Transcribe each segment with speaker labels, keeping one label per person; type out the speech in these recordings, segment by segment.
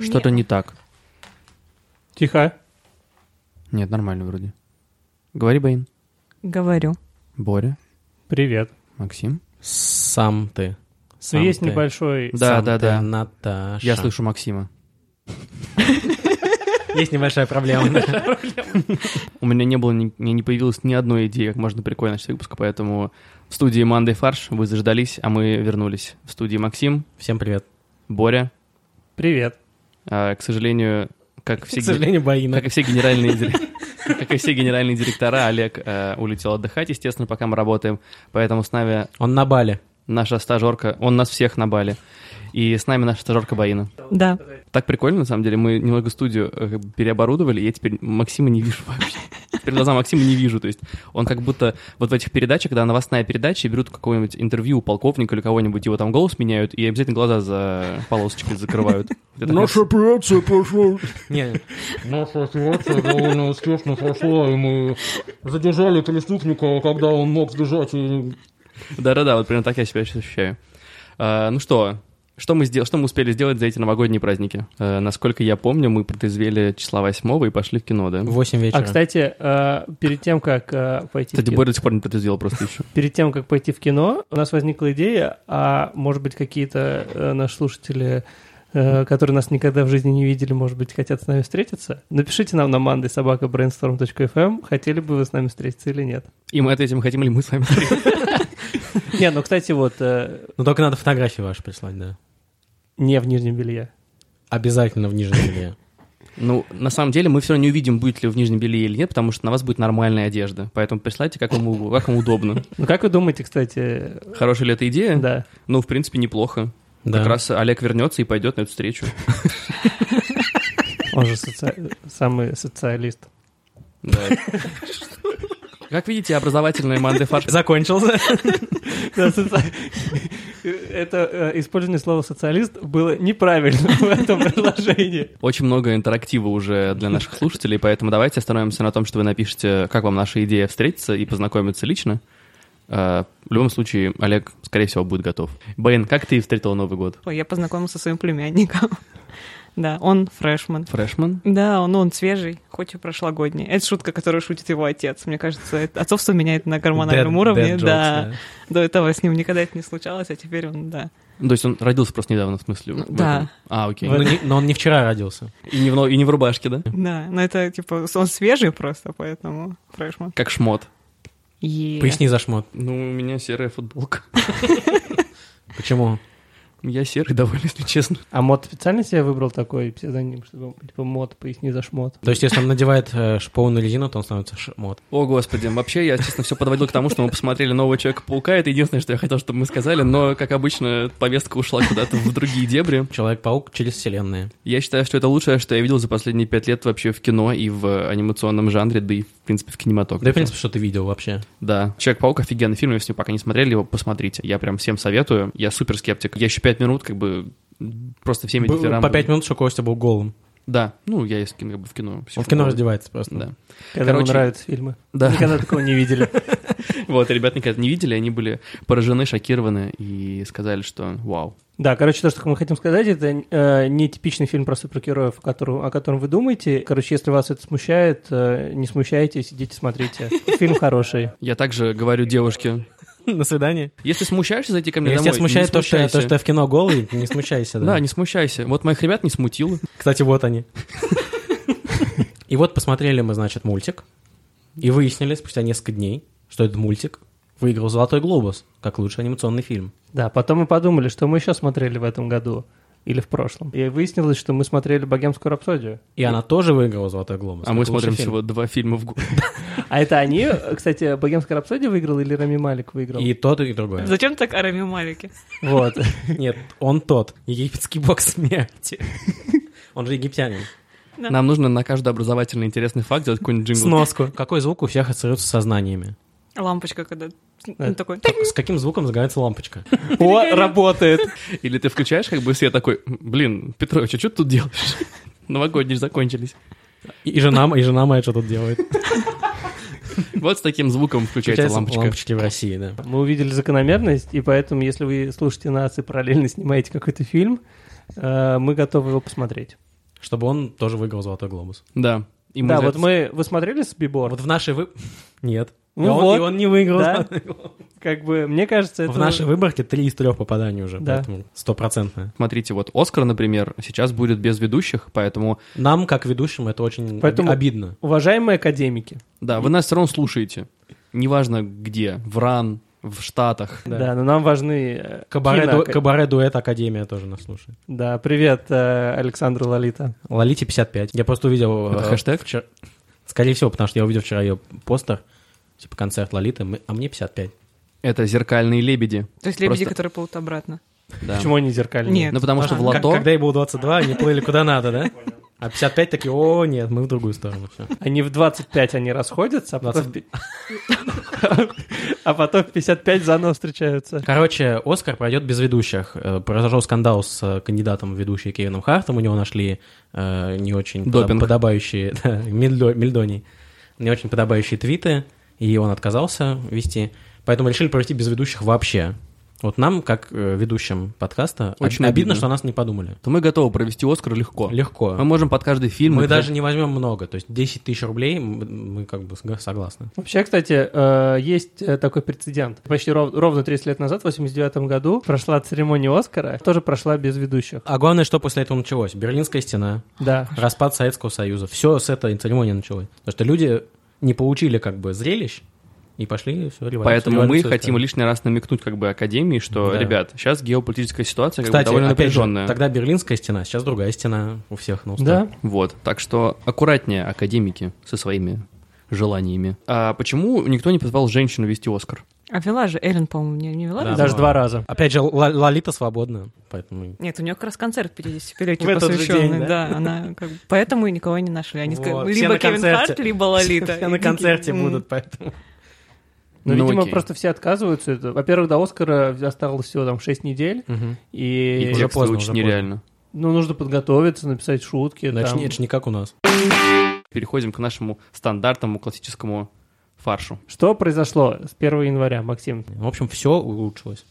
Speaker 1: Что-то не так.
Speaker 2: Тихо.
Speaker 1: Нет, нормально вроде. Говори, Бэйн.
Speaker 3: Говорю.
Speaker 1: Боря.
Speaker 2: Привет.
Speaker 1: Максим.
Speaker 4: Сам ты.
Speaker 2: Ну,
Speaker 4: Сам
Speaker 2: есть
Speaker 4: ты.
Speaker 2: небольшой...
Speaker 1: Да,
Speaker 4: Сам
Speaker 1: да,
Speaker 4: ты,
Speaker 1: да.
Speaker 4: Наташа.
Speaker 1: Я слышу Максима.
Speaker 4: Есть небольшая проблема.
Speaker 1: У меня не было, ни- у меня не появилось ни одной идеи, как можно прикольно начать выпуск, поэтому в студии Мандай Фарш вы заждались, а мы вернулись. В студии Максим,
Speaker 4: Всем привет.
Speaker 1: Боря.
Speaker 2: Привет.
Speaker 1: А, к сожалению, как все,
Speaker 4: К сожалению, Баина.
Speaker 1: как и все генеральные дир- как и все генеральные директора, Олег э, улетел отдыхать, естественно, пока мы работаем. Поэтому с нами
Speaker 4: Он на Бали.
Speaker 1: наша стажерка, он нас всех на Бали. И с нами наша стажерка Баина.
Speaker 3: Да.
Speaker 1: Так прикольно, на самом деле. Мы немного студию э, как бы переоборудовали, и я теперь Максима не вижу вообще. Теперь глаза Максима не вижу. То есть он как будто вот в этих передачах, когда новостная передача, и берут какое-нибудь интервью у полковника или кого-нибудь, его там голос меняют, и обязательно глаза за полосочкой закрывают. Это так
Speaker 5: Наша операция прошла.
Speaker 4: Не,
Speaker 5: Наша операция довольно успешно прошла, и мы задержали преступника, когда он мог сбежать. И...
Speaker 1: Да-да-да, вот примерно так я себя сейчас ощущаю. А, ну что, что мы, сдел... что мы успели сделать за эти новогодние праздники? Э, насколько я помню, мы протрезвели числа восьмого и пошли в кино, да?
Speaker 4: в 8 вечера.
Speaker 2: А, кстати, э, перед тем, как э, пойти... в
Speaker 1: Кстати,
Speaker 2: кино-
Speaker 1: Боря до сих пор не протрезвел просто еще.
Speaker 2: Перед тем, как пойти в кино, у нас возникла идея, а может быть, какие-то э, наши слушатели, э, которые нас никогда в жизни не видели, может быть, хотят с нами встретиться. Напишите нам на манды собака эм, хотели бы вы с нами встретиться или нет.
Speaker 1: И мы ответим, хотим ли мы с вами
Speaker 2: Не, ну, кстати, вот, э,
Speaker 4: Ну только надо фотографии ваши прислать, да.
Speaker 2: не в нижнем белье.
Speaker 4: Обязательно в нижнем белье.
Speaker 1: Ну, на самом деле, мы все равно не увидим, будет ли в нижнем белье или нет, потому что на вас будет нормальная одежда. Поэтому присылайте, как вам, как вам удобно.
Speaker 2: Ну, как вы думаете, кстати,
Speaker 1: Хорошая ли эта
Speaker 4: Э.
Speaker 1: идея?
Speaker 2: да,
Speaker 1: Ну, в принципе, неплохо.
Speaker 4: Да.
Speaker 1: Как раз Олег вернется и пойдет на эту встречу.
Speaker 2: он же соци- самый социалист.
Speaker 1: Да. Как видите, образовательная манды фарш.
Speaker 4: Закончился.
Speaker 2: Да, соци- Это э, использование слова социалист было неправильно в этом предложении.
Speaker 1: Очень много интерактива уже для наших слушателей, поэтому давайте остановимся на том, что вы напишите, как вам наша идея встретиться и познакомиться лично. Э, В любом случае, Олег, скорее всего, будет готов. Бэйн, как ты встретил Новый год?
Speaker 3: Ой, я познакомилась со своим племянником. Да, он фрешман.
Speaker 1: Фрешман?
Speaker 3: Да, он, он свежий, хоть и прошлогодний. Это шутка, которую шутит его отец. Мне кажется, это- отцовство меняет на гормональном
Speaker 4: Dead-
Speaker 3: уровне.
Speaker 4: dead jokes,
Speaker 3: да.
Speaker 4: да.
Speaker 3: До этого с ним никогда это не случалось, а теперь он, да.
Speaker 1: Ну, То есть он родился просто недавно, в смысле? в
Speaker 3: Да.
Speaker 1: этом? А, окей. Ну,
Speaker 4: Ну, не- Но он не вчера родился.
Speaker 1: И не, в, но- и не в рубашке, да?
Speaker 3: Да, но это типа он свежий просто, поэтому фрешман.
Speaker 1: Как шмот.
Speaker 3: Е.
Speaker 4: Поясни за шмот.
Speaker 1: Ну, у меня серая футболка.
Speaker 4: Почему?
Speaker 1: Я серый довольно, если честно.
Speaker 2: А мод специально себе выбрал такой псевдоним, чтобы типа мод, поясни за шмот.
Speaker 4: То есть, если он надевает э, шпоуную резину, то он становится шмот.
Speaker 1: О, господи. Вообще, я, честно, все подводил к тому, что мы посмотрели нового Человека-паука. Это единственное, что я хотел, чтобы мы сказали. Но, как обычно, повестка ушла куда-то в другие дебри.
Speaker 4: Человек-паук через вселенные.
Speaker 1: Я считаю, что это лучшее, что я видел за последние пять лет вообще в кино и в э, анимационном жанре, да и, в принципе, в кинематографе.
Speaker 4: Да, и, в принципе, что ты видел вообще?
Speaker 1: Да. Человек-паук офигенный фильм, если вы пока не смотрели его, посмотрите. Я прям всем советую. Я супер скептик. Я еще пять минут, как бы, просто всеми
Speaker 4: Был-
Speaker 1: дифирамбами.
Speaker 4: По пять минут, что Костя был голым.
Speaker 1: Да, ну я из кино, как бы в кино.
Speaker 4: Он в кино
Speaker 1: сижу.
Speaker 4: раздевается просто.
Speaker 1: Да.
Speaker 2: Когда ему
Speaker 1: Короче,
Speaker 2: нравятся фильмы.
Speaker 1: Да.
Speaker 2: Никогда такого не видели.
Speaker 1: Вот, ребят никогда не видели, они были поражены, шокированы и сказали, что вау.
Speaker 2: Да, короче, то, что мы хотим сказать, это э, не типичный фильм про супергероев, о котором, о котором вы думаете. Короче, если вас это смущает, э, не смущайтесь, идите смотрите. Фильм хороший.
Speaker 1: Я также говорю девушке,
Speaker 4: На свидание.
Speaker 1: если смущаешься, зайти ко мне
Speaker 4: Если
Speaker 1: домой,
Speaker 4: тебя смущает
Speaker 1: не
Speaker 4: то, что я- то,
Speaker 1: смущайся.
Speaker 4: что я в кино голый, не смущайся,
Speaker 1: Да,
Speaker 4: да.
Speaker 1: не смущайся. Вот моих ребят не смутило. а
Speaker 4: Кстати, вот они. И вот посмотрели мы, значит, мультик. И выяснили спустя несколько дней, что этот мультик выиграл «Золотой глобус» как лучший анимационный фильм.
Speaker 2: Да, потом мы подумали, что мы еще смотрели в этом году или в прошлом. И выяснилось, что мы смотрели «Богемскую рапсодию».
Speaker 4: И она тоже выиграла «Золотой глобус».
Speaker 1: А мы
Speaker 4: как лучший
Speaker 1: смотрим
Speaker 4: фильм.
Speaker 1: всего два фильма в год.
Speaker 2: А это они, э, кстати, «Богемская рапсодия» выиграла или Рами Малик выиграл?
Speaker 4: И тот, и другой.
Speaker 3: Зачем так о Рами Малике?
Speaker 2: Вот.
Speaker 4: Нет, он тот. Египетский бог смерти. Он же египтянин.
Speaker 3: Да.
Speaker 1: Нам нужно на каждый образовательный интересный факт делать какой-нибудь джингл.
Speaker 4: Сноску. Какой звук у всех ассоциируется со знаниями?
Speaker 3: Лампочка, когда
Speaker 2: Да.
Speaker 4: Э,
Speaker 3: ну, такой.
Speaker 4: Так, С каким звуком загорается лампочка?
Speaker 2: О, работает.
Speaker 1: Или ты включаешь как бы все такой, блин, Петрович, а что ты тут делаешь? Новогодние же закончились.
Speaker 4: И и жена, и жена моя что тут делает?
Speaker 1: Вот с таким звуком включается
Speaker 4: Включаются
Speaker 1: лампочка.
Speaker 4: Лампочки в России, да.
Speaker 2: Мы увидели закономерность, и поэтому, если вы слушаете нас и параллельно снимаете какой-то фильм, э, мы готовы его посмотреть.
Speaker 4: Чтобы он тоже выиграл «Золотой глобус».
Speaker 1: Да. И
Speaker 2: да,
Speaker 1: за
Speaker 2: вот
Speaker 1: это-
Speaker 2: мы... Вы смотрели Бибор?
Speaker 4: Вот в нашей вы... Нет.
Speaker 2: Ну
Speaker 4: и, он,
Speaker 2: вот.
Speaker 4: и он не выиграл.
Speaker 2: Да.
Speaker 4: «Золотой глобус».
Speaker 2: Как бы, мне кажется, это...
Speaker 4: В нашей выборке три из трех попаданий уже,
Speaker 2: Да.
Speaker 4: поэтому стопроцентно.
Speaker 1: Смотрите, вот «Оскар», например, сейчас будет без ведущих, поэтому,
Speaker 4: Нам, как ведущим, это очень
Speaker 2: Поэтому-
Speaker 4: обидно.
Speaker 2: Уважаемые академики.
Speaker 1: да, вы нас все равно слушаете. Неважно где, в РАН, в Штатах.
Speaker 2: Да, но нам важны... э,
Speaker 4: Кабаре,
Speaker 2: киноака-
Speaker 4: ду- кабаре дуэт Академия тоже нас слушает.
Speaker 2: Да, привет, э, Александр Лолита.
Speaker 4: Лолите 55. Я просто увидел...
Speaker 1: Это
Speaker 4: э,
Speaker 1: хэштег?
Speaker 4: вчера- Скорее всего, потому что я увидел вчера ее постер, типа концерт Лолиты, мы- а мне 55.
Speaker 1: Это «Зеркальные лебеди».
Speaker 3: То есть лебеди,
Speaker 1: Просто-
Speaker 3: которые плывут обратно.
Speaker 1: Да.
Speaker 2: Почему они зеркальные?
Speaker 3: Нет.
Speaker 1: Ну, потому что в
Speaker 4: Как-
Speaker 1: лото...
Speaker 4: когда ей было 22, они плыли куда надо, да? А 55 такие, о, нет, мы в другую сторону. всё».
Speaker 2: Они в 25 они расходятся, а потом... в пи- А потом в 55 заново встречаются.
Speaker 4: Короче, Оскар пройдет без ведущих. Э, Произошел скандал с э, кандидатом в ведущие Кевином Хартом. У него нашли э, не очень пода-
Speaker 1: Допинг.
Speaker 4: подобающие да, мельдо- мельдоний, не очень подобающие твиты, и он отказался вести. Поэтому решили провести без ведущих вообще. Вот нам, как э, ведущим подкаста, об-
Speaker 1: Очень
Speaker 4: обидно, А
Speaker 1: обидно.
Speaker 4: что о нас не подумали.
Speaker 1: То мы готовы провести «Оскар» легко.
Speaker 4: Легко.
Speaker 1: Мы можем под каждый фильм...
Speaker 4: Мы
Speaker 1: написать-
Speaker 4: даже не возьмем много, то есть 10 тысяч рублей м- мы как бы сг- согласны.
Speaker 2: Вообще, кстати, э, есть э, такой прецедент. Почти ров- ровно 30 лет назад, в 89 году, прошла церемония Оскара, тоже прошла без ведущих.
Speaker 4: А главное, что после этого началось? Берлинская стена,
Speaker 2: Да.
Speaker 4: распад Советского Союза. Все с этой церемонии началось. Потому что люди не получили как бы зрелищ и пошли все революцию.
Speaker 1: Поэтому мы
Speaker 4: Революцию
Speaker 1: хотим
Speaker 4: устраивать.
Speaker 1: лишний раз намекнуть как бы Академии, что,
Speaker 4: Да.
Speaker 1: ребят, сейчас геополитическая ситуация как бы,
Speaker 4: Кстати,
Speaker 1: довольно
Speaker 4: опять же,
Speaker 1: напряженная.
Speaker 4: тогда Берлинская стена, сейчас другая стена у всех на устах.
Speaker 2: Да?
Speaker 1: Вот, так что аккуратнее академики со своими желаниями. А почему никто не позвал женщину вести Оскар?
Speaker 3: А вела же Эрин, по-моему, не, не вела?
Speaker 4: Да.
Speaker 3: ведь?
Speaker 2: Даже два раза.
Speaker 4: Опять же, Ла- Лолита свободна, поэтому...
Speaker 3: Нет, у нее как раз концерт 50-летию
Speaker 2: В этот же
Speaker 3: посвященный.
Speaker 2: день,
Speaker 3: Да, она как бы- поэтому и никого не нашли. Они
Speaker 4: Вот,
Speaker 3: сказали,
Speaker 4: все
Speaker 3: либо
Speaker 4: на
Speaker 3: Кевин
Speaker 4: концерте.
Speaker 3: Харт, либо Лолита.
Speaker 4: Все на
Speaker 3: И такие,
Speaker 4: концерте
Speaker 3: «М,
Speaker 4: будут, поэтому...
Speaker 2: Ну,
Speaker 1: Ну,
Speaker 2: видимо,
Speaker 1: окей.
Speaker 2: просто все отказываются. Это- Во-первых, до Оскара осталось всего там 6 недель, и,
Speaker 1: И
Speaker 4: уже
Speaker 1: текст
Speaker 4: поздно,
Speaker 1: выучить
Speaker 4: уже поздно.
Speaker 1: нереально.
Speaker 2: ну, нужно подготовиться, написать шутки.
Speaker 4: Ну, это ж
Speaker 2: там.
Speaker 4: не- это ж не как у нас.
Speaker 1: Переходим к нашему стандартному классическому фаршу.
Speaker 2: Что произошло с 1 января, Максим?
Speaker 4: В общем, все улучшилось.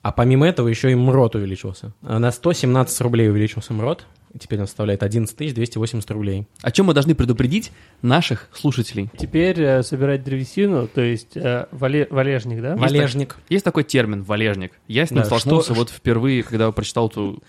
Speaker 4: А помимо этого еще и МРОТ увеличился. А На 117 рублей увеличился МРОТ. и Теперь он составляет 11 280 рублей.
Speaker 1: О чем мы должны предупредить наших слушателей?
Speaker 2: Теперь э, собирать древесину, то есть э, вале- валежник, да?
Speaker 1: Вале-
Speaker 4: Валежник.
Speaker 1: Есть такой термин «валежник». Я с ним
Speaker 4: Да,
Speaker 1: столкнулся
Speaker 4: что-
Speaker 1: вот впервые, когда прочитал эту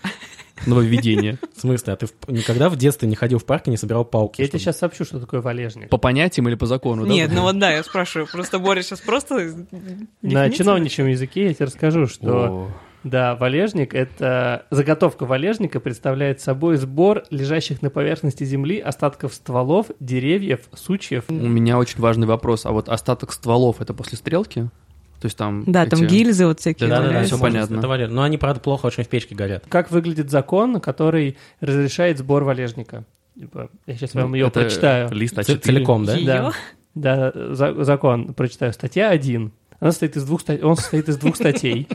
Speaker 1: нововведение.
Speaker 4: В смысле? А ты в- никогда в детстве не ходил в парк и не собирал палки?
Speaker 2: Я
Speaker 4: что
Speaker 2: тебе
Speaker 4: ли?
Speaker 2: сейчас сообщу, что такое валежник.
Speaker 1: По понятиям или по закону, да?
Speaker 3: Нет, ну вот да, я спрашиваю. Просто Боря сейчас просто...
Speaker 2: На
Speaker 3: дефиниция.
Speaker 2: чиновничьем языке я тебе расскажу, что
Speaker 1: О,
Speaker 2: да, валежник это заготовка валежника представляет собой сбор лежащих на поверхности земли остатков стволов, деревьев, сучьев.
Speaker 1: У меня очень важный вопрос. А вот остаток стволов — это после стрелки? То есть там...
Speaker 3: Да, там
Speaker 1: эти-
Speaker 3: гильзы вот всякие.
Speaker 1: Да-да-да,
Speaker 4: Да-да-да,
Speaker 1: Валежник.
Speaker 3: валяются.
Speaker 4: всё
Speaker 1: Всё
Speaker 4: можно.
Speaker 1: понятно.
Speaker 4: Это валежник. Но они, правда, плохо очень в печке горят.
Speaker 2: Как выглядит закон, который разрешает сбор валежника? Типа, Я сейчас вам ее
Speaker 1: Ну, Это
Speaker 2: прочитаю.
Speaker 1: Лист А
Speaker 4: Ц-
Speaker 1: А4.
Speaker 4: Целиком, да?
Speaker 3: Её?
Speaker 2: Да. Да, за- закон прочитаю. Статья 1. Она состоит из двух статей. Он состоит из двух статей.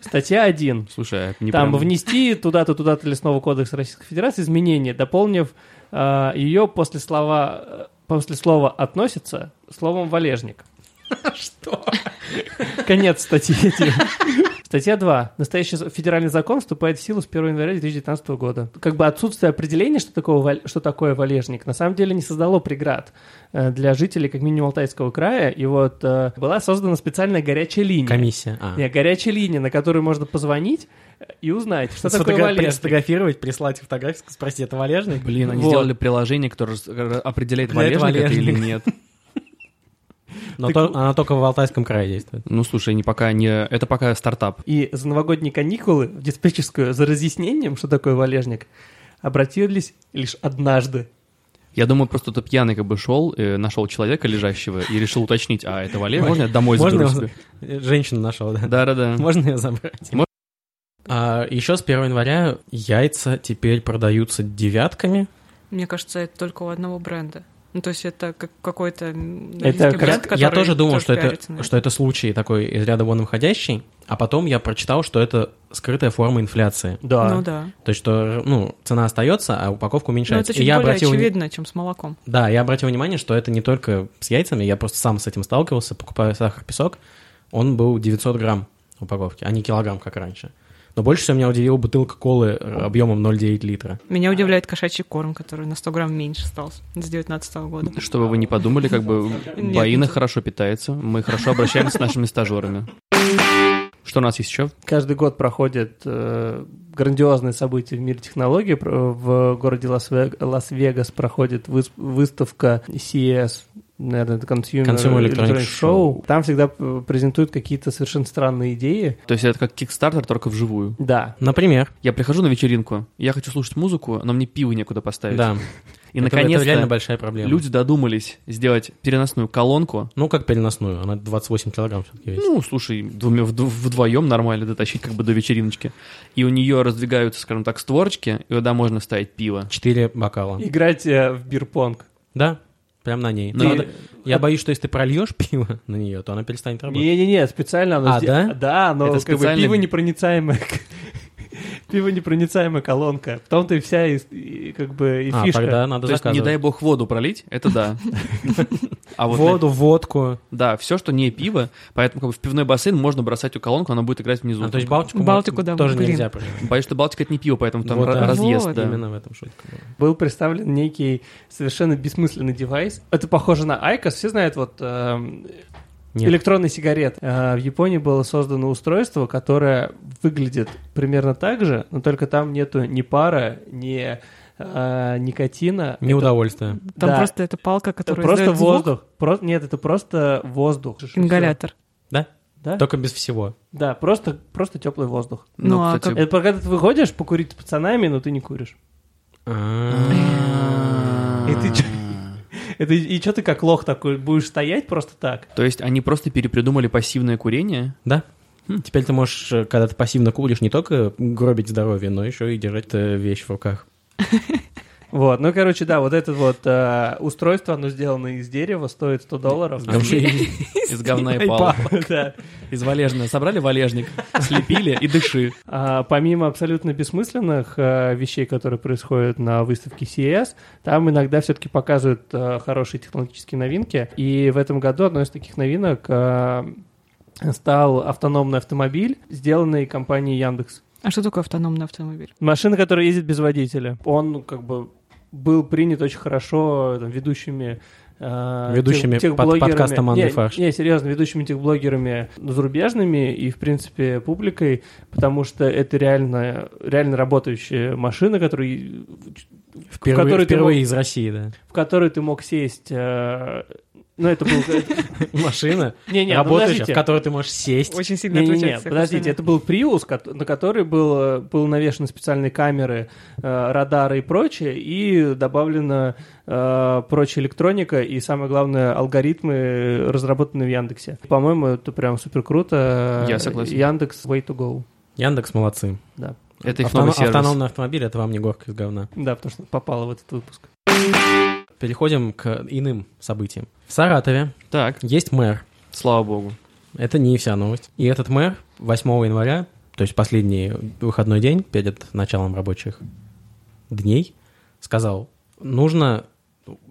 Speaker 2: Статья 1.
Speaker 1: Слушай, а это не
Speaker 2: Там
Speaker 1: прям-
Speaker 2: внести туда-то, туда-то лесного кодекса Российской Федерации изменения, дополнив ее после слова э, после слова относится словом валежник.
Speaker 4: Что?
Speaker 2: Конец статьи. один. Статья 2. Настоящий за- федеральный закон вступает в силу с 1 января 2019 года. Как бы отсутствие определения, что, такого, валь- что такое валежник, на самом деле не создало преград э, для жителей как минимум Алтайского края. И вот э, была создана специальная горячая линия.
Speaker 4: Комиссия. А.
Speaker 2: Нет, горячая линия, на которую можно позвонить э, и узнать, что такое
Speaker 4: Сфотогра-
Speaker 2: валежник.
Speaker 4: Сфотографировать, прислать фотографию, спросить, это валежник?
Speaker 1: Блин, они
Speaker 2: Вот.
Speaker 1: сделали приложение, которое раз- р- определяет,
Speaker 4: Определяет
Speaker 1: валежник это или
Speaker 4: валежник.
Speaker 1: нет.
Speaker 4: Но то- она только в Алтайском крае действует.
Speaker 1: Ну, слушай, они пока не... Это пока стартап.
Speaker 2: И за новогодние каникулы в диспетчерскую за разъяснением, что такое валежник, обратились лишь однажды.
Speaker 1: Я думаю, просто ты пьяный как бы шел, э, нашел человека лежащего и решил уточнить, а это валежник? Можно я домой заберу
Speaker 4: Можно
Speaker 1: себе?
Speaker 4: Женщину нашел, да.
Speaker 1: Да-да-да.
Speaker 4: Можно ее забрать?
Speaker 1: Мож-
Speaker 4: еще с 1 января яйца теперь продаются девятками.
Speaker 3: Мне кажется, это только у одного бренда. Ну, то есть это как какой-то м,
Speaker 2: Это
Speaker 3: российский
Speaker 2: как-
Speaker 3: бренд,
Speaker 2: Я-
Speaker 3: который
Speaker 4: я тоже думал, что,
Speaker 3: пиарится на
Speaker 4: это, что это случай такой из ряда вон выходящий, а потом я прочитал, что это скрытая форма инфляции.
Speaker 2: Да.
Speaker 3: Ну да.
Speaker 4: То есть, что ну, цена остается, а упаковка
Speaker 3: Но
Speaker 4: уменьшается.
Speaker 3: это чуть
Speaker 4: И я
Speaker 3: более
Speaker 4: обратил вни-
Speaker 3: очевидно, чем с молоком.
Speaker 4: Да, я обратил внимание, что это не только с яйцами, я просто сам с этим сталкивался, покупаю сахар, песок, он был 900 грамм в упаковке, а не килограмм, как раньше. Но Но больше всего меня удивила бутылка колы э, объемом 0,9 литра.
Speaker 3: Меня удивляет кошачий корм, который на 100 грамм меньше стал с 2019 года.
Speaker 1: Чтобы вы не подумали, как бы
Speaker 3: Нет,
Speaker 1: Баина
Speaker 3: нет.
Speaker 1: хорошо питается, мы хорошо обращаемся с нашими стажерами. Что у нас есть еще?
Speaker 2: Каждый год проходят э, грандиозные события в мире технологий. Про- В городе Лас-Ве- Лас-Вегас проходит выс- выставка CES, наверное, это Consumer,
Speaker 4: Consumer Electronics
Speaker 2: Show.
Speaker 4: Show.
Speaker 2: Там всегда э, презентуют какие-то совершенно странные идеи.
Speaker 1: То есть это как кикстартер, только вживую.
Speaker 2: Да.
Speaker 4: Например,
Speaker 1: Я прихожу на вечеринку, я хочу слушать музыку, но мне пиво некуда поставить.
Speaker 4: да.
Speaker 1: И
Speaker 4: Это-
Speaker 1: наконец
Speaker 4: это реально большая проблема.
Speaker 1: люди додумались сделать переносную колонку.
Speaker 4: Ну, как переносную, она 28 килограмм все-таки весит.
Speaker 1: Ну, слушай, двумя, вд- вдвоем нормально дотащить как бы до вечериночки. И у нее раздвигаются, скажем так, створочки, и туда можно ставить пиво.
Speaker 4: Четыре бокала.
Speaker 2: Играть э, в бирпонг.
Speaker 4: Да, прям на ней.
Speaker 1: Ну,
Speaker 4: Но
Speaker 1: и-
Speaker 4: надо- Я боюсь, что если ты прольешь пиво на нее, то она перестанет работать.
Speaker 2: Не-не-не, специально оно
Speaker 4: А,
Speaker 2: сде-
Speaker 4: да?
Speaker 2: Да, но
Speaker 1: Это
Speaker 2: как бы
Speaker 1: специально-
Speaker 2: пиво непроницаемое. Пиво непроницаемая колонка. В том-то и вся и- и как бы и
Speaker 4: а,
Speaker 2: фишка.
Speaker 4: тогда надо
Speaker 1: То есть, не
Speaker 4: заказывать.
Speaker 1: дай бог воду пролить, это да. А вот
Speaker 4: Воду, водку.
Speaker 1: на- Да, все, что не пиво, поэтому как бы в пивной бассейн можно бросать эту колонку, она будет играть внизу.
Speaker 4: А, то есть Балтику, мы-
Speaker 3: Балтику, да,
Speaker 4: тоже
Speaker 3: блин.
Speaker 4: нельзя принимать.
Speaker 1: Боюсь, что Балтика это не пиво, поэтому там
Speaker 4: Вот,
Speaker 1: ра-
Speaker 4: да.
Speaker 1: разъезд,
Speaker 3: Вот.
Speaker 1: да.
Speaker 4: Именно в этом шутка была.
Speaker 2: был представлен некий совершенно бессмысленный девайс. Это похоже на Айкос. Все знают вот эм,
Speaker 4: Нет.
Speaker 2: электронный сигарет. Э, в Японии было создано устройство, которое выглядит примерно так же, но только там нету ни пара, ни э, никотина.
Speaker 4: Не удовольствие.
Speaker 3: Там
Speaker 2: Да.
Speaker 3: просто эта палка,
Speaker 2: Это
Speaker 3: которая
Speaker 2: просто
Speaker 3: издаёт звук.
Speaker 2: воздух. Про- Нет, это просто воздух.
Speaker 3: Ингалятор.
Speaker 2: Да?
Speaker 4: Только без всего.
Speaker 2: Да, просто, просто теплый воздух.
Speaker 3: Ну, а
Speaker 1: кстати,
Speaker 2: Это про когда ты выходишь покурить с пацанами, но ты не куришь.
Speaker 4: А.
Speaker 1: А.
Speaker 2: И ты чё- Это, и что ты как лох такой будешь стоять просто так?
Speaker 1: То есть они просто перепридумали пассивное курение.
Speaker 4: Да. Теперь ты можешь, э, когда ты пассивно куришь, не только гробить здоровье, но еще и держать э, вещь в руках.
Speaker 2: Вот, ну, короче, да, вот это вот э, устройство, оно сделано из дерева, стоит 100 долларов.
Speaker 1: А вообще Из из говна и пала.
Speaker 2: Да.
Speaker 1: Из валежного. Собрали валежник, слепили и дыши.
Speaker 2: А, помимо абсолютно бессмысленных э, вещей, которые происходят на выставке CES, там иногда все-таки показывают э, хорошие технологические новинки. И в этом году одной из таких новинок э, стал автономный автомобиль, сделанный компанией Яндекс.
Speaker 3: А что такое автономный автомобиль?
Speaker 2: Машина, которая ездит без водителя. Он ну, как бы был принят очень хорошо там, ведущими э,
Speaker 4: Ведущими
Speaker 2: тех-
Speaker 4: под-
Speaker 2: техблогерами.
Speaker 4: подкаста «Манды
Speaker 2: Не,
Speaker 4: Фарш».
Speaker 2: Не, серьезно, ведущими техблогерами зарубежными и, в принципе, публикой, потому что это реально, реально работающая машина, которую,
Speaker 4: Впервые,
Speaker 2: которой ты
Speaker 4: впервые
Speaker 2: мог-
Speaker 4: из России, да.
Speaker 2: в которую ты мог сесть... э, ну, это был...
Speaker 4: Машина,
Speaker 2: Не-не, ну,
Speaker 4: работающая, в
Speaker 2: подождите.
Speaker 4: которой ты можешь сесть.
Speaker 3: Очень сильно
Speaker 2: Не, не,
Speaker 3: отличается.
Speaker 2: не,
Speaker 3: от
Speaker 2: подождите,
Speaker 3: остальных.
Speaker 2: это был Prius, кот- на который был, был навешаны специальные камеры, э, радары и прочее, и добавлена э, прочая электроника и, самое главное, алгоритмы, разработанные в Яндексе. По-моему, это прям супер круто.
Speaker 1: Я согласен.
Speaker 2: Яндекс way to go.
Speaker 4: Яндекс молодцы.
Speaker 1: Это их
Speaker 4: Автоном-
Speaker 1: новый сервис.
Speaker 4: Автономный автомобиль — это вам не горка из говна.
Speaker 2: Да, потому что попало в этот выпуск.
Speaker 4: Переходим к иным событиям. В Саратове
Speaker 1: Так,
Speaker 4: есть мэр.
Speaker 1: слава богу.
Speaker 4: Это не вся новость. И этот мэр 8 января, то есть последний выходной день перед началом рабочих дней, сказал, нужно...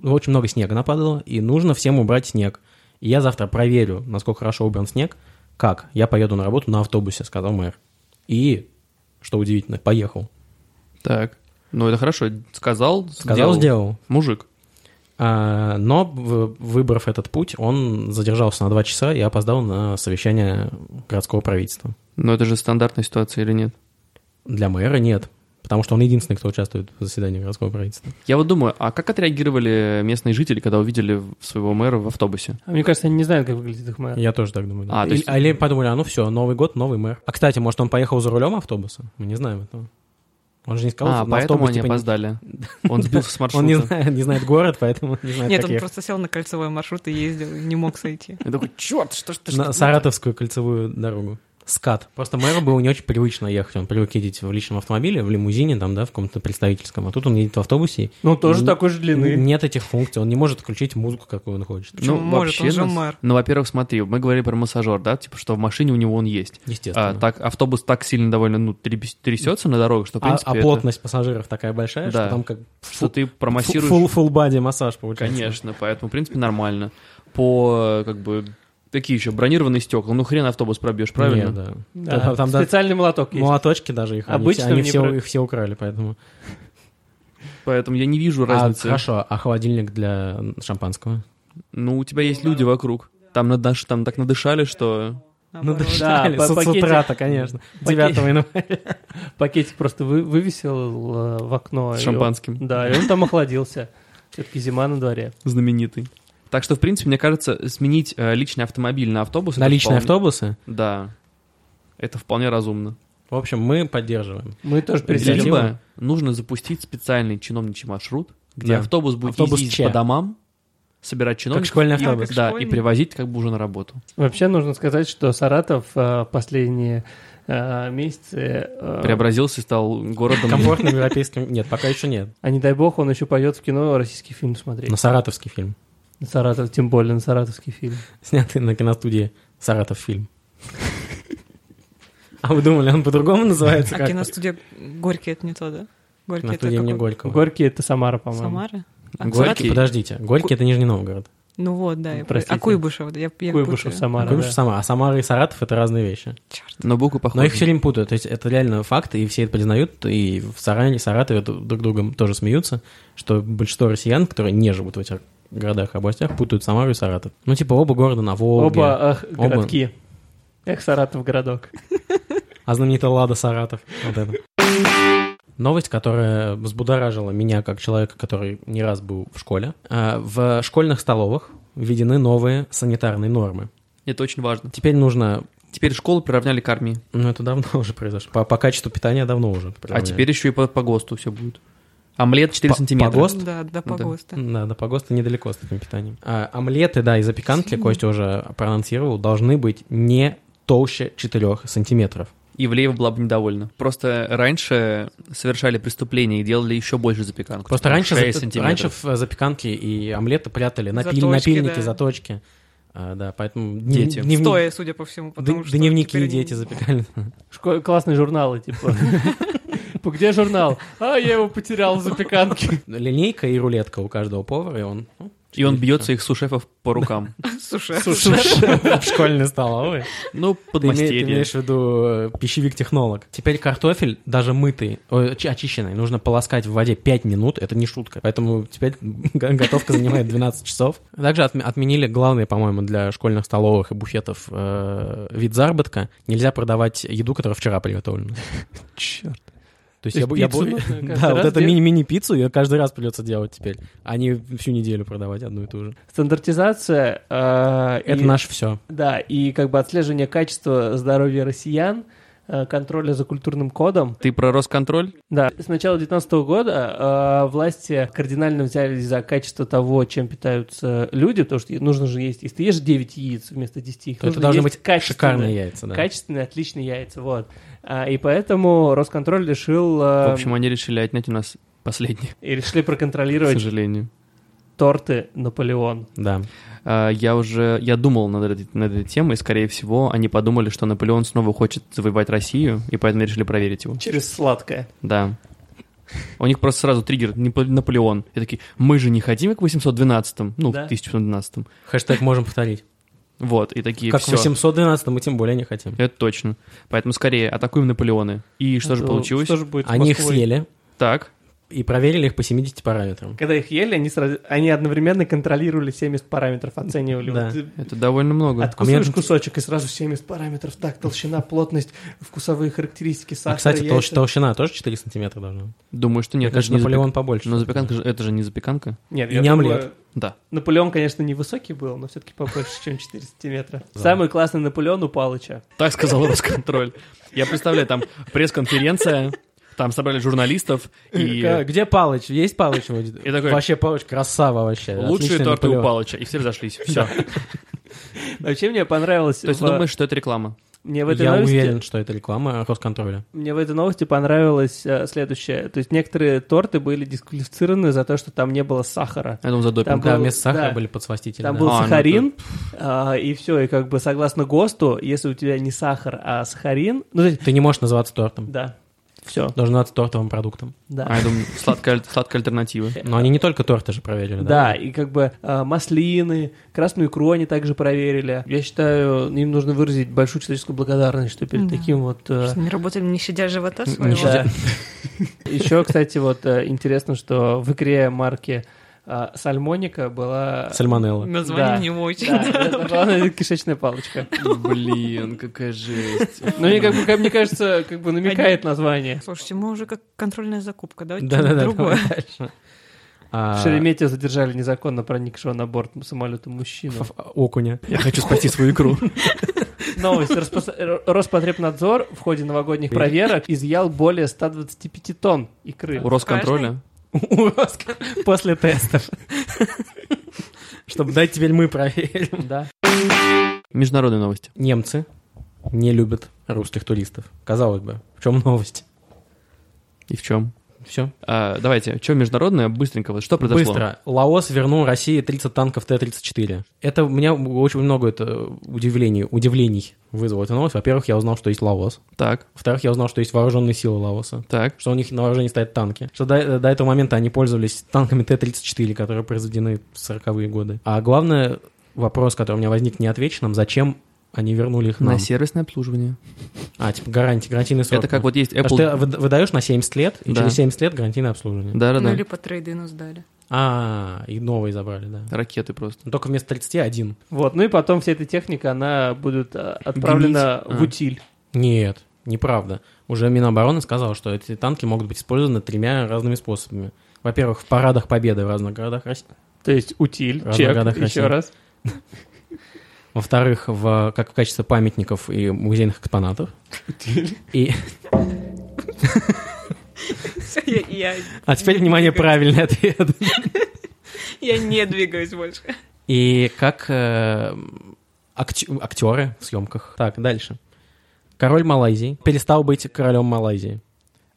Speaker 4: ну, Очень много снега нападало, и нужно всем убрать снег. И я завтра проверю, насколько хорошо убран снег. Как? Я поеду на работу на автобусе, сказал мэр. И, что удивительно, поехал.
Speaker 1: Так. Ну, это хорошо. Сказал, сделал.
Speaker 4: Сказал, сделал.
Speaker 1: Мужик.
Speaker 4: А, Но, в- выбрав этот путь, он задержался на два часа и опоздал на совещание городского правительства.
Speaker 1: Но это же стандартная ситуация или нет?
Speaker 4: Для мэра нет, потому что он единственный, кто участвует в заседании городского правительства.
Speaker 1: Я вот думаю, а как отреагировали местные жители, когда увидели в- своего мэра в автобусе?
Speaker 2: А мне кажется, они не знают, как выглядит их мэр.
Speaker 4: Я тоже так думаю. да.
Speaker 1: А, то есть-
Speaker 4: Или, или подумали, а ну все, Новый год, новый мэр. А, кстати, может, он поехал за рулем автобуса? Мы не знаем этого. Он же не сказал,
Speaker 1: а,
Speaker 4: что на
Speaker 1: поэтому
Speaker 4: автобус,
Speaker 1: они
Speaker 4: типа, не-
Speaker 1: опоздали. Он сбился с маршрута.
Speaker 4: Он не знает, не знает город, поэтому не знает,
Speaker 3: Нет,
Speaker 4: как
Speaker 3: он
Speaker 4: ехать.
Speaker 3: просто сел на кольцевой маршрут и ездил, и не мог сойти.
Speaker 1: Я такой, черт, что ж ты...
Speaker 4: На
Speaker 1: что-
Speaker 4: Саратовскую кольцевую дорогу. Скат. Просто мэру было не очень привычно ехать. Он привык ездить в личном автомобиле, в лимузине, там, да, в каком-то представительском. А тут он едет в автобусе.
Speaker 2: Ну, тоже
Speaker 4: Н-
Speaker 2: такой же длины.
Speaker 4: и Нет этих функций. Он не может включить музыку, какую он хочет.
Speaker 3: Почему может? Он же
Speaker 1: нас-
Speaker 3: мэр.
Speaker 1: Ну, во-первых, смотри, мы говорили про массажер, да, типа, что в машине у него он есть.
Speaker 4: Естественно.
Speaker 1: А, так, автобус так сильно довольно, ну, требе- трясется на дорогах, что, в
Speaker 4: А-
Speaker 1: принципе,
Speaker 4: а
Speaker 1: это-
Speaker 4: плотность пассажиров такая большая,
Speaker 1: Да.
Speaker 4: что там как
Speaker 1: что ты промассируешь...
Speaker 4: full full body массаж получается.
Speaker 1: Конечно, поэтому, в принципе, нормально. По, как бы, Такие еще бронированные стекла. Ну хрен автобус пробьешь, правильно?
Speaker 4: Нет, да.
Speaker 2: Да,
Speaker 4: Там- там даже-
Speaker 2: специальный молоток есть.
Speaker 4: Молоточки даже их, они,
Speaker 2: Обычно
Speaker 4: все- они
Speaker 2: мне
Speaker 4: все,
Speaker 2: про-
Speaker 4: их все украли, поэтому.
Speaker 1: Поэтому я не вижу
Speaker 4: А,
Speaker 1: разницы.
Speaker 4: хорошо, а холодильник для м, шампанского?
Speaker 1: Ну, у тебя есть люди вокруг. Там, надыш- там так надышали, что...
Speaker 3: Наоборот.
Speaker 4: дышали,
Speaker 2: Да,
Speaker 4: Ну, с,
Speaker 2: по-
Speaker 4: с
Speaker 2: пакетик.
Speaker 4: утра-то, конечно. 9 января.
Speaker 2: Пакетик просто вы- вывесил э, в окно.
Speaker 1: С
Speaker 2: и он-
Speaker 1: шампанским.
Speaker 2: Да, и он там охладился. Все-таки зима на дворе.
Speaker 1: знаменитый. Так что, в принципе, мне кажется, сменить э, личный автомобиль на автобус... это
Speaker 4: Наличные
Speaker 1: вполне-
Speaker 4: автобусы?
Speaker 1: Да. Это вполне разумно.
Speaker 4: В общем, мы поддерживаем.
Speaker 2: Мы тоже
Speaker 4: Перспектива.
Speaker 2: пересидим.
Speaker 1: Либо нужно запустить специальный чиновничий маршрут, где
Speaker 4: Да.
Speaker 1: автобус будет
Speaker 4: Автобус
Speaker 1: ездить
Speaker 4: Че.
Speaker 1: по домам, собирать чиновников...
Speaker 4: школьный
Speaker 1: и-
Speaker 4: автобус.
Speaker 3: Как
Speaker 1: Да, и
Speaker 3: школьный.
Speaker 1: привозить как бы уже на работу.
Speaker 2: Вообще нужно сказать, что Саратов э, последние э, месяцы...
Speaker 4: А.
Speaker 2: э,
Speaker 1: Преобразился и стал городом...
Speaker 4: Комфортным европейским... Нет, пока еще нет.
Speaker 2: А не дай бог, он еще пойдет в кино российский фильм смотреть.
Speaker 4: Но саратовский фильм.
Speaker 2: На Саратов, тем более на саратовский фильм.
Speaker 4: Снятый на киностудии «Саратов фильм». А вы думали, он по-другому называется?
Speaker 3: А
Speaker 4: как?
Speaker 3: киностудия Горький это не то, да? Горький это
Speaker 4: Киностудия имени
Speaker 3: какой?
Speaker 4: Горького.
Speaker 2: Горький — это Самара, по-моему.
Speaker 3: Самара? А,
Speaker 1: Горький.
Speaker 3: Саратов?
Speaker 1: Горький.
Speaker 4: Подождите, Горький — это Нижний Новгород.
Speaker 3: Ну вот, да. я-
Speaker 2: Простите.
Speaker 3: А Куйбышев? да, Я, я
Speaker 2: Куйбышев,
Speaker 3: путаю.
Speaker 4: А
Speaker 2: Самара,
Speaker 4: Куйбышев
Speaker 2: да.
Speaker 4: Самара. А Самара и Саратов — это разные вещи.
Speaker 3: Чёрт.
Speaker 1: Но буквы похожи.
Speaker 4: Но их все время путают. То есть это реально факт, и все это признают, и в Саране, Саратове ду- друг другом тоже смеются, что большинство россиян, которые не живут в этих городах и областях, путают Самару и Саратов. Ну, типа, оба города на Волге.
Speaker 2: Оба ах,
Speaker 4: Оба.
Speaker 2: городки. Эх, Саратов городок.
Speaker 4: А знаменитая Лада Саратов. Вот это. Новость, которая взбудоражила меня как человека, который не раз был в школе. А, В школьных столовых введены новые санитарные нормы.
Speaker 1: Это очень важно.
Speaker 4: Теперь нужно...
Speaker 1: Теперь школу приравняли к армии.
Speaker 4: Ну, это давно уже произошло. По, по качеству питания давно уже.
Speaker 1: А теперь еще и по, по ГОСТу все будет. Омлет 4
Speaker 4: По- по
Speaker 1: сантиметра.
Speaker 4: ГОСТу? Гост?
Speaker 3: Да, да,
Speaker 1: Ну
Speaker 3: по
Speaker 1: да.
Speaker 3: ГОСТу.
Speaker 4: Да, да, по ГОСТу недалеко с таким питанием. А, омлеты, да, и запеканки, Костя уже проанонсировал, должны быть не толще 4 сантиметров.
Speaker 1: Ивлеева была бы недовольна. Просто раньше совершали преступления и делали еще больше запеканку.
Speaker 4: Просто
Speaker 1: Типа
Speaker 4: раньше,
Speaker 1: 6
Speaker 4: зап-
Speaker 1: сантиметров.
Speaker 4: раньше в- э, запеканки и омлеты прятали на
Speaker 3: Заточки,
Speaker 4: напильники,
Speaker 3: да.
Speaker 4: заточки. А, да, поэтому дни-
Speaker 1: Дети.
Speaker 4: дневни-
Speaker 3: Стоя, судя по всему,
Speaker 4: д-
Speaker 3: потому что...
Speaker 4: дневники
Speaker 3: теперь
Speaker 4: и дети запекали.
Speaker 2: Шко- классные журналы, типа. Типа, Где журнал? А, я его потерял в запеканке.
Speaker 4: Линейка и рулетка у каждого повара, и он ну,
Speaker 1: И он бьется их сушефов по рукам.
Speaker 3: Слушай,
Speaker 4: в школьной столовой.
Speaker 1: Ну,
Speaker 4: Ты име- ты
Speaker 1: подмастерье.
Speaker 4: имеешь в виду э, пищевик-технолог. Теперь картофель, даже мытый, ой, чи- очищенный, нужно полоскать в воде 5 минут, это не шутка. Поэтому теперь г- готовка занимает 12 часов. Также отме- отменили главный, по-моему, для школьных столовых и буфетов э, вид заработка. Нельзя продавать еду, которая вчера приготовлена.
Speaker 2: Черт.
Speaker 4: То есть
Speaker 2: То
Speaker 4: я,
Speaker 2: есть
Speaker 4: бу- я
Speaker 2: пиццу
Speaker 4: бу-
Speaker 2: нужно каждый
Speaker 4: Да, вот
Speaker 2: раз
Speaker 4: это
Speaker 2: делать?
Speaker 4: мини- мини-пиццу, ее каждый раз придется делать теперь, а не всю неделю продавать одну и ту же.
Speaker 2: Стандартизация. э,
Speaker 4: Это
Speaker 2: Это
Speaker 4: наше все.
Speaker 2: Да, и как бы отслеживание качества здоровья россиян, э, контроля за культурным кодом.
Speaker 1: Ты про Росконтроль?
Speaker 2: Да, с начала 2019 года э, власти кардинально взялись за качество того, чем питаются люди, потому что нужно же есть, если ты ешь 9 яиц вместо 10, их
Speaker 4: То это
Speaker 2: нужно
Speaker 4: должны
Speaker 2: есть
Speaker 4: быть
Speaker 2: качественные.
Speaker 4: шикарные яйца, да.
Speaker 2: Качественные, отличные яйца, вот. А, и поэтому Росконтроль решил... э,
Speaker 4: Эм,
Speaker 1: В общем, они решили отнять у нас последний,
Speaker 2: и решили
Speaker 1: к
Speaker 2: проконтролировать
Speaker 1: сожалению.
Speaker 2: торты Наполеон.
Speaker 4: Да.
Speaker 1: А, Я уже, я думал над этой, над этой темой, и, скорее всего, они подумали, что Наполеон снова хочет завоевать Россию, и поэтому решили проверить его.
Speaker 2: Через сладкое.
Speaker 1: Да. У них просто сразу триггер «Нап- Наполеон. И такие, мы же не хотим как в 812-м, ну,
Speaker 2: Да.
Speaker 1: 1712-м.
Speaker 4: Хэштег можем повторить.
Speaker 1: Вот, и такие,
Speaker 4: Как в
Speaker 1: все.
Speaker 4: 812 мы тем более не хотим.
Speaker 1: Это точно. Поэтому скорее атакуем Наполеоны. И что же
Speaker 2: Это-
Speaker 1: получилось?
Speaker 2: Ну, Что же будет с
Speaker 4: Они их
Speaker 2: Москвой?
Speaker 4: съели
Speaker 1: Так,
Speaker 4: и проверили их по 70 параметрам. А,
Speaker 2: Когда их ели, они, сразу- они одновременно контролировали 70 параметров, оценивали.
Speaker 4: Да. А
Speaker 2: Вот ты
Speaker 1: это довольно много.
Speaker 2: Откусываешь
Speaker 4: меня-
Speaker 2: кусочек, и сразу 70 параметров. Так, толщина, плотность, вкусовые характеристики, сахар,
Speaker 4: а, кстати,
Speaker 2: яйца.
Speaker 4: толщ- толщина тоже 4 сантиметра должна быть?
Speaker 1: Думаю, что нет.
Speaker 4: Мне кажется,
Speaker 1: это не
Speaker 4: Наполеон
Speaker 1: запек-
Speaker 4: побольше.
Speaker 1: Но запеканка же, это же не запеканка.
Speaker 2: Нет,
Speaker 4: И
Speaker 2: я
Speaker 4: не
Speaker 2: думаю,
Speaker 4: омлет.
Speaker 1: Да.
Speaker 2: Наполеон, конечно, невысокий был, но все-таки побольше, чем 4 сантиметра. Самый классный Наполеон у Палыча.
Speaker 1: Так сказал Росконтроль. Я представляю, там пресс-конференция, там собрали журналистов,
Speaker 4: Э,
Speaker 1: и
Speaker 4: Где Палыч? Есть Палыч? в аудитории?
Speaker 1: И такой-
Speaker 4: Вообще Палыч красава вообще.
Speaker 1: лучшие
Speaker 4: Отличный
Speaker 1: торты у
Speaker 4: Наполеон.
Speaker 1: Палыча. И все разошлись. Все. То
Speaker 2: Вообще мне понравилось...
Speaker 1: есть
Speaker 2: в-
Speaker 1: ты думаешь, что это реклама?
Speaker 2: Мне в этой
Speaker 4: Я
Speaker 2: новости...
Speaker 4: уверен, что это реклама Росконтроля.
Speaker 2: Мне в этой новости понравилось э, следующее. То есть некоторые торты были дисквалифицированы за то, что там не было сахара.
Speaker 1: Я думал, за допинг.
Speaker 2: Там
Speaker 4: Да,
Speaker 2: был-
Speaker 4: вместо сахара
Speaker 2: да.
Speaker 4: были подсластители.
Speaker 2: Там
Speaker 4: да.
Speaker 2: был
Speaker 1: А, ну
Speaker 2: сахарин, а, и все, и как бы согласно ГОСТу, если у тебя не сахар, а сахарин, ну, то есть,
Speaker 4: Ты не можешь называться тортом.
Speaker 2: да, Все,
Speaker 4: Должно называться тортовым продуктом.
Speaker 2: да.
Speaker 1: А я думаю, сладкая, аль- сладкая альтернатива.
Speaker 4: Но они не только торты же проверили,
Speaker 2: Да,
Speaker 4: да?
Speaker 2: и как бы э, маслины, красную икру они также проверили. Я считаю, им нужно выразить большую человеческую благодарность, что перед
Speaker 3: Да.
Speaker 2: таким вот... э,
Speaker 3: а Что не работали, не щадя живота
Speaker 1: Не
Speaker 3: своего.
Speaker 1: щадя.
Speaker 2: Еще, кстати, вот э, интересно, что в икре марки э, Сальмоника была...
Speaker 4: Сальмонелла.
Speaker 3: Название
Speaker 2: Да.
Speaker 3: не очень.
Speaker 2: Да, это была кишечная палочка.
Speaker 1: Блин, какая жесть.
Speaker 2: Ну, мне, как бы, как мне кажется, как бы намекает название.
Speaker 3: Слушайте, мы уже как контрольная закупка, давайте
Speaker 4: Да-да-да,
Speaker 3: что-нибудь другое.
Speaker 4: давай дальше. А,
Speaker 2: Шереметьево задержали незаконно проникшего на борт самолета мужчину.
Speaker 4: ф- Окуня.
Speaker 1: Я хочу спасти свою икру.
Speaker 2: Новость. Роспо- Р- Роспотребнадзор в ходе новогодних проверок изъял более 125 тонн икры
Speaker 1: У Росконтроля.
Speaker 4: У Роска.
Speaker 2: после тестов.
Speaker 4: Чтобы дать теперь мы проверим.
Speaker 2: Да.
Speaker 1: Международные новости.
Speaker 4: Немцы не любят русских туристов. Казалось бы, в чем новость?
Speaker 1: И в чем?
Speaker 4: Все.
Speaker 1: А, давайте, что международное? Быстренько, вот что произошло?
Speaker 4: Быстро. Лаос вернул России 30 танков Т-34. Это у меня очень много это удивлений, удивлений вызвало эта новость. Во-первых, я узнал, что есть Лаос.
Speaker 1: Так,
Speaker 4: Во-вторых, я узнал, что есть вооруженные силы Лаоса.
Speaker 1: так.
Speaker 4: Что у них на вооружении стоят танки. Что до, до этого момента они пользовались танками Т-34, которые произведены в 40-е годы. А главное, вопрос, который у меня возник неотвеченным, зачем они вернули их нам?
Speaker 1: На сервисное обслуживание.
Speaker 4: А, типа гарантия, гарантийный срок.
Speaker 1: Это как вот есть
Speaker 4: Потому
Speaker 1: Apple...
Speaker 4: А что ты вы- выдаешь на 70 лет, и
Speaker 1: Да.
Speaker 4: через 70 лет гарантийное обслуживание.
Speaker 3: Ну
Speaker 1: Да-да-да.
Speaker 3: или по трейдину сдали.
Speaker 4: А, и новые забрали, да.
Speaker 1: Ракеты просто.
Speaker 4: Но Только вместо 30 один.
Speaker 2: Вот. Ну и потом вся эта техника, она будет э, отправлена
Speaker 1: Гнить.
Speaker 2: в
Speaker 1: А.
Speaker 2: утиль.
Speaker 4: Нет, неправда. Уже Минобороны сказала, что эти танки могут быть использованы тремя разными способами. Во-первых, в парадах победы в разных городах России.
Speaker 2: То есть утиль,
Speaker 4: Разных
Speaker 2: чек,
Speaker 4: годах А, России.
Speaker 2: еще раз.
Speaker 4: Во-вторых, в, как в качестве памятников и музейных экспонатов. И,
Speaker 3: Всё, Я, я-
Speaker 4: а теперь, внимание, правильный ответ.
Speaker 3: я не двигаюсь больше.
Speaker 4: И как э, акт- актеры в съемках. Так, дальше. Король Малайзии перестал быть королем Малайзии.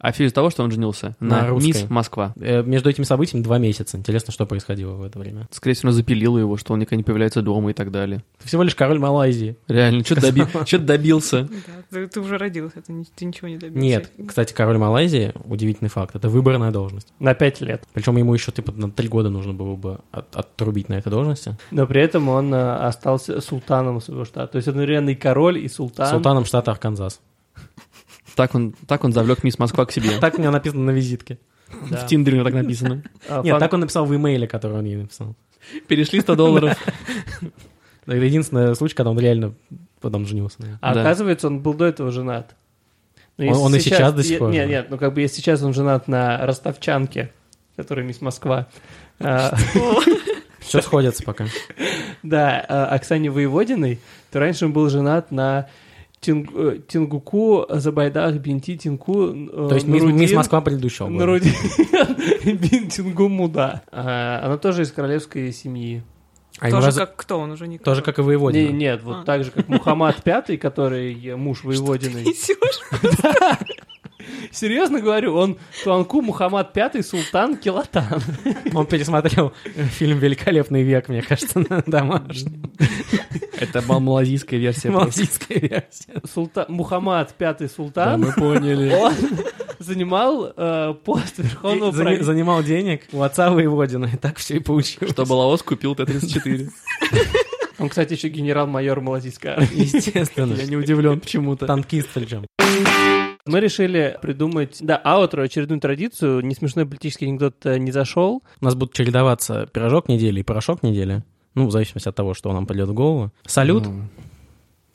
Speaker 1: А в связи с того, что он женился на,
Speaker 4: На русской.
Speaker 1: мисс Москва.
Speaker 4: Э, между этими событиями два месяца. Интересно, что происходило в это время.
Speaker 1: Скорее всего, она запилила его, что он никогда не появляется дома и так далее.
Speaker 4: Ты всего лишь король Малайзии.
Speaker 1: Реально, что-то добился.
Speaker 3: Да, ты, ты уже родился, ты, ни- ты ничего не добился.
Speaker 4: Нет, кстати, король Малайзии, удивительный факт, это выборная должность.
Speaker 2: На 5 лет.
Speaker 4: Причем ему еще типа на три года нужно было бы от- отрубить на этой должности.
Speaker 2: Но при этом он э, остался султаном своего штата. То есть одновременно и король, и султан.
Speaker 4: Султаном штата Арканзас.
Speaker 1: Так он, так он завлек мисс Москва к себе.
Speaker 4: Так у меня написано на визитке.
Speaker 2: Да.
Speaker 1: В Тиндере так написано.
Speaker 2: А,
Speaker 4: Нет,
Speaker 2: фан-
Speaker 4: так он написал в имейле, который он ей написал.
Speaker 1: Перешли 100 долларов.
Speaker 4: Это единственный случай, когда он реально потом женился. наверное.
Speaker 2: А
Speaker 1: Да.
Speaker 2: оказывается, он был до этого женат. Но
Speaker 4: Он-
Speaker 2: если
Speaker 4: он и сейчас до сих
Speaker 2: е-
Speaker 4: пор
Speaker 2: Нет,
Speaker 4: женат.
Speaker 2: нет, ну как бы если сейчас он женат на ростовчанке, которая мисс Москва. а,
Speaker 4: Все сходится пока.
Speaker 2: Да, а, Оксане Воеводиной, то раньше он был женат на Тинг- э, Тингуку, Забайдах, Бинти, Тинку, э,
Speaker 4: То есть мисс, мисс Москва предыдущего года.
Speaker 2: Бин Тингу Муда. А, Она тоже из королевской семьи.
Speaker 4: А ему
Speaker 3: Тоже
Speaker 4: раз-
Speaker 3: как кто, он уже никто.
Speaker 4: тоже как и воеводина.
Speaker 2: Не- нет, вот
Speaker 3: А.
Speaker 2: так же, как Мухаммад Пятый, который э, муж Воеводиной.
Speaker 3: Несёшь?
Speaker 2: Серьезно говорю, он Туанку Мухаммад Пятый, султан Келатан.
Speaker 4: Он пересмотрел фильм «Великолепный век», мне кажется, на домашний.
Speaker 1: Это была малазийская версия. просто.
Speaker 4: Малазийская версия.
Speaker 2: Султа- Мухаммад Пятый
Speaker 1: Да,
Speaker 2: султан,
Speaker 1: мы поняли.
Speaker 2: он ну. занимал э, пост верховного
Speaker 4: И зани-
Speaker 2: правителя.
Speaker 4: Занимал денег у отца воеводина, и так все и получилось.
Speaker 1: Чтобы Лаос купил Т-34.
Speaker 2: Он, кстати, еще генерал-майор малазийской армии.
Speaker 4: Естественно.
Speaker 1: Я не удивлен почему-то.
Speaker 4: Танкист причем.
Speaker 2: Мы решили придумать, да, аутро, очередную традицию. Не смешной политический анекдот э, не зашел.
Speaker 4: У нас будут чередоваться пирожок недели и порошок недели. Ну, в зависимости от того, что нам придет в голову. Салют.
Speaker 1: Ну,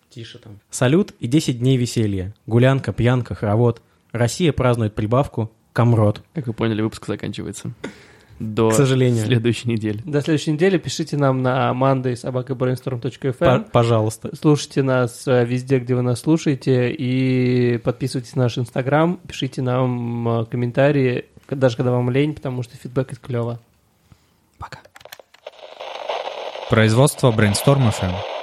Speaker 4: Тише там. Салют и 10 дней веселья. Гулянка, пьянка, хоровод. Россия празднует прибавку. Камрот.
Speaker 1: Как вы поняли, выпуск заканчивается. До
Speaker 4: К сожалению.
Speaker 1: следующей недели.
Speaker 2: До следующей недели пишите нам на
Speaker 4: Пар-
Speaker 2: monday.sobakabrainstorm.fm
Speaker 4: Пожалуйста.
Speaker 2: эм. Слушайте нас э, везде, где вы нас слушаете, и подписывайтесь на наш Инстаграм, пишите нам э, комментарии, к- даже когда вам лень, потому что фидбэк это клево.
Speaker 6: Производство Brainstorm FM.